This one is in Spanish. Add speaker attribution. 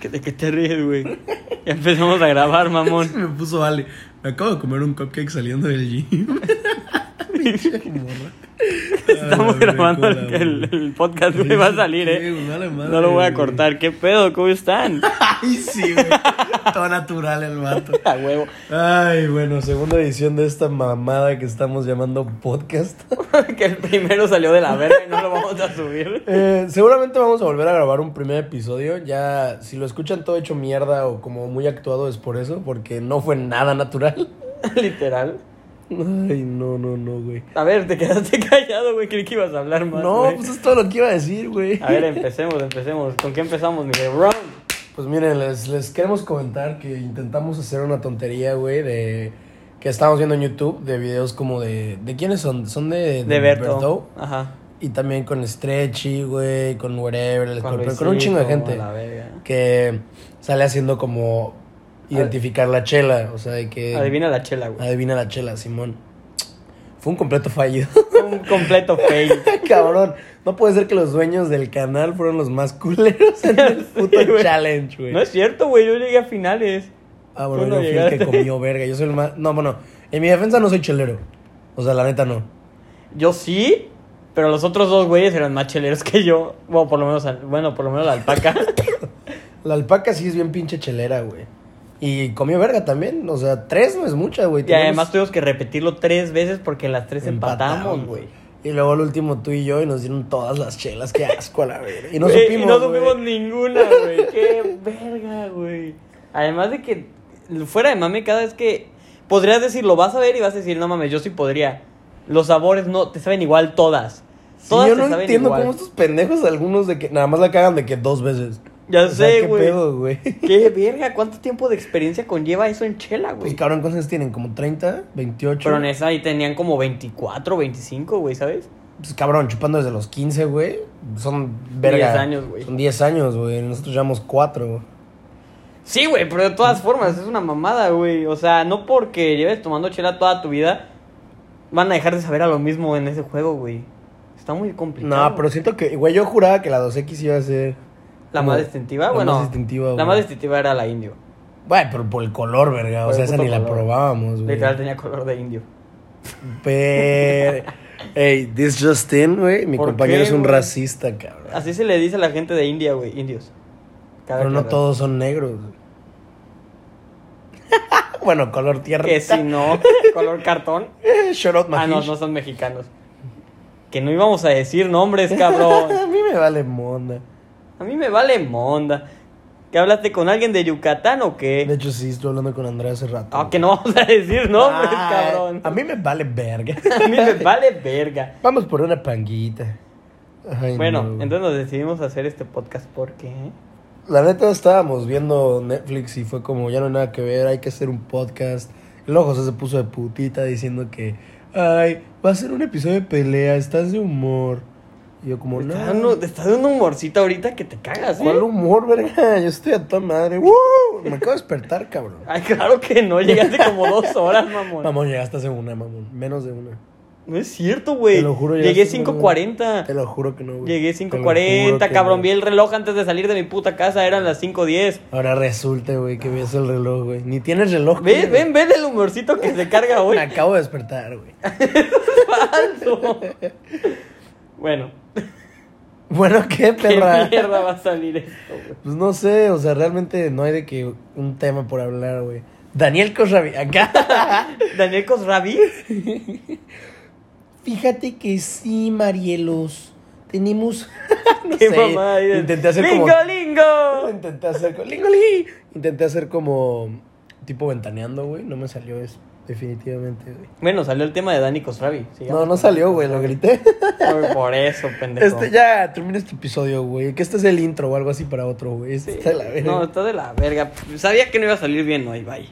Speaker 1: ¿Qué- ¿De qué te ríes, güey? Ya empezamos a grabar, mamón.
Speaker 2: Me puso vale. Me acabo de comer un cupcake saliendo del gym. Pinche morra.
Speaker 1: Estamos
Speaker 2: A la
Speaker 1: grabando
Speaker 2: verga,
Speaker 1: el, el- el podcast, güey. Va a salir,
Speaker 2: Sí,
Speaker 1: eh.
Speaker 2: güey, vale madre,
Speaker 1: No lo voy a
Speaker 2: güey.
Speaker 1: cortar. ¿Qué pedo? ¿Cómo están?
Speaker 2: Ay, sí, güey. Todo natural el vato.
Speaker 1: A huevo.
Speaker 2: Ay, bueno, segunda edición de esta mamada que estamos llamando podcast.
Speaker 1: que el primero salió de la verga y no lo vamos a subir.
Speaker 2: Eh, seguramente vamos a volver a grabar un primer episodio. Ya, si lo escuchan todo hecho mierda o como muy actuado es por eso, porque no fue nada natural.
Speaker 1: Literal.
Speaker 2: Ay, no, no, no, güey.
Speaker 1: A ver, te quedaste callado, güey. Creí que ibas a hablar más.
Speaker 2: No,
Speaker 1: güey.
Speaker 2: pues es todo lo que iba a decir, güey.
Speaker 1: A ver, empecemos, empecemos. ¿Con qué empezamos, mi bro?
Speaker 2: Pues miren, les, les queremos comentar que intentamos hacer una tontería, güey, de que estábamos viendo en YouTube de videos como de. ¿De quiénes son? Son de,
Speaker 1: De Berto. Ajá.
Speaker 2: Y también con Stretchy, güey, con Wherever, el
Speaker 1: Con
Speaker 2: Escorpión, con, un chingo de
Speaker 1: Luisito,
Speaker 2: gente.
Speaker 1: la verga.
Speaker 2: Que sale haciendo como identificar la chela. O sea, de que.
Speaker 1: Adivina la chela, güey.
Speaker 2: adivina la chela, Simón. Fue un completo fallido.
Speaker 1: Un completo fail.
Speaker 2: Cabrón, no puede ser que los dueños del canal fueron los más culeros en el puto
Speaker 1: Sí, güey.
Speaker 2: challenge, güey.
Speaker 1: No es cierto, güey. Yo llegué a finales.
Speaker 2: Ah,
Speaker 1: Tú
Speaker 2: bueno,
Speaker 1: no
Speaker 2: yo fui el que
Speaker 1: llegaste.
Speaker 2: comió verga. Yo soy el más. No, bueno, en mi defensa no soy chelero. O sea, la neta no.
Speaker 1: Yo sí, pero los otros dos güeyes eran más cheleros que yo. Bueno, por lo menos, al- bueno, por lo menos la alpaca.
Speaker 2: La alpaca sí es bien pinche chelera, güey. Y comió verga también. O sea, tres no es mucha, güey.
Speaker 1: y además
Speaker 2: Tenemos-
Speaker 1: tuvimos que repetirlo tres veces porque las tres empatamos, güey.
Speaker 2: Y luego el último tú y yo y nos dieron todas las chelas. Qué asco a la verga. Y no
Speaker 1: Güey,
Speaker 2: supimos.
Speaker 1: y no
Speaker 2: güey.
Speaker 1: supimos ninguna, güey. Qué verga, güey. Además de que, fuera de mame, cada vez que podrías decir, lo vas a ver y vas a decir, no mames, yo sí podría. Los sabores no, te saben igual todas.
Speaker 2: Sí,
Speaker 1: Todas
Speaker 2: yo
Speaker 1: te
Speaker 2: no
Speaker 1: saben
Speaker 2: entiendo
Speaker 1: igual.
Speaker 2: cómo estos pendejos, algunos de que nada más la cagan de que dos veces.
Speaker 1: Ya
Speaker 2: O sea,
Speaker 1: sé,
Speaker 2: qué
Speaker 1: güey.
Speaker 2: pedo, güey.
Speaker 1: Qué verga, ¿cuánto tiempo de experiencia conlleva eso en chela, güey?
Speaker 2: Pues cabrón, ¿cuántos años tienen? ¿Como 30? ¿28?
Speaker 1: Pero en esa ahí tenían como 24, 25, güey, ¿sabes?
Speaker 2: Pues cabrón, chupando desde los 15, güey. Son verga.
Speaker 1: 10 años, güey.
Speaker 2: Son 10 años, güey. Nosotros llevamos 4.
Speaker 1: Sí, güey, pero de todas formas, es una mamada, güey. O sea, no porque lleves tomando chela toda tu vida, van a dejar de saber a lo mismo en ese juego, güey. Está muy complicado.
Speaker 2: No, pero siento que, güey, yo juraba que la 2X iba a ser.
Speaker 1: La
Speaker 2: como-
Speaker 1: más distintiva,
Speaker 2: la
Speaker 1: bueno.
Speaker 2: más distintiva,
Speaker 1: La
Speaker 2: güey.
Speaker 1: más distintiva era la indio.
Speaker 2: Güey, pero por el color, verga.
Speaker 1: Por
Speaker 2: O
Speaker 1: el
Speaker 2: sea, esa
Speaker 1: puto
Speaker 2: ni la
Speaker 1: color.
Speaker 2: probábamos, güey.
Speaker 1: Literal tenía color de indio.
Speaker 2: Pero. Ey, this Justin, güey. Mi
Speaker 1: ¿Por
Speaker 2: compañero
Speaker 1: qué,
Speaker 2: es un
Speaker 1: güey? Ah,
Speaker 2: racista, cabrón.
Speaker 1: Así se le dice a la gente de India, güey, indios. Cabe
Speaker 2: pero no
Speaker 1: aclarar.
Speaker 2: todos son negros. bueno, color tierra.
Speaker 1: Que si no, color cartón.
Speaker 2: Shout out,
Speaker 1: Ah, no,
Speaker 2: Mahesh.
Speaker 1: no son mexicanos. Que no íbamos a decir nombres, cabrón.
Speaker 2: A mí me vale monda.
Speaker 1: A mí me vale monda. ¿Que hablaste con alguien de Yucatán o
Speaker 2: De
Speaker 1: qué?
Speaker 2: hecho, sí, estuve hablando con Andrea hace rato.
Speaker 1: Ah, que no vamos a decir nombres,
Speaker 2: Ah,
Speaker 1: cabrón.
Speaker 2: A mí me vale verga.
Speaker 1: A mí me vale verga.
Speaker 2: Vamos por una panguita. Ay,
Speaker 1: Bueno,
Speaker 2: no, güey.
Speaker 1: entonces nos decidimos hacer este podcast porque...
Speaker 2: La neta estábamos viendo Netflix y fue como, ya no hay nada que ver, hay que hacer un podcast. El ojo se puso de putita diciendo que, ay, va a ser un episodio de pelea, estás de humor. Y yo como, no,
Speaker 1: Está dando, está dando un humorcito ahorita que te cagas, ¿eh?
Speaker 2: ¿cuál humor, verga? Yo estoy a toda madre. ¡Woo! Me acabo de despertar, cabrón.
Speaker 1: Ay, claro que no, llegaste como dos horas, mamón.
Speaker 2: Mamón, llegaste hace una, mamón. Menos de una.
Speaker 1: No es cierto, güey.
Speaker 2: Te lo juro,
Speaker 1: Llegué
Speaker 2: llegaste como- Te
Speaker 1: 5.40.
Speaker 2: lo juro que no, güey.
Speaker 1: Llegué
Speaker 2: Te lo juro
Speaker 1: 5.40,
Speaker 2: que
Speaker 1: cabrón.
Speaker 2: no.
Speaker 1: Vi el reloj antes de salir de mi puta casa, eran las 5.10.
Speaker 2: Ahora resulta, güey, que ves el reloj, güey. Ni tienes reloj. güey.
Speaker 1: Ven, ven, ven el humorcito que se carga hoy.
Speaker 2: Me acabo de despertar, güey.
Speaker 1: Falso. Bueno,
Speaker 2: Bueno, qué
Speaker 1: ¿qué
Speaker 2: perra.
Speaker 1: mierda va a salir esto, güey?
Speaker 2: Pues no sé, o sea, realmente no hay de que un tema por hablar, güey. Daniel Cosravi, acá.
Speaker 1: ¿Daniel Cosrabi?
Speaker 2: Fíjate que sí, Marielos. Tenemos. no
Speaker 1: ¿Qué
Speaker 2: sé,
Speaker 1: mamá hay de-
Speaker 2: Intenté hacer
Speaker 1: ¡Lingo,
Speaker 2: como.
Speaker 1: lingo!
Speaker 2: Intenté hacer como. ¡Lingolí! Intenté hacer como. Tipo ventaneando, güey. No me salió eso. Definitivamente, güey.
Speaker 1: Bueno, salió el tema de Dani Cosrabi.
Speaker 2: No, no salió, güey. Lo grité.
Speaker 1: Ay, Por eso, pendejo.
Speaker 2: Este, ya termina este episodio, güey. Que este es el intro o algo así para otro, güey. Este
Speaker 1: Sí.
Speaker 2: está de la verga.
Speaker 1: No, está de la verga. Sabía que no iba a salir bien hoy, bye.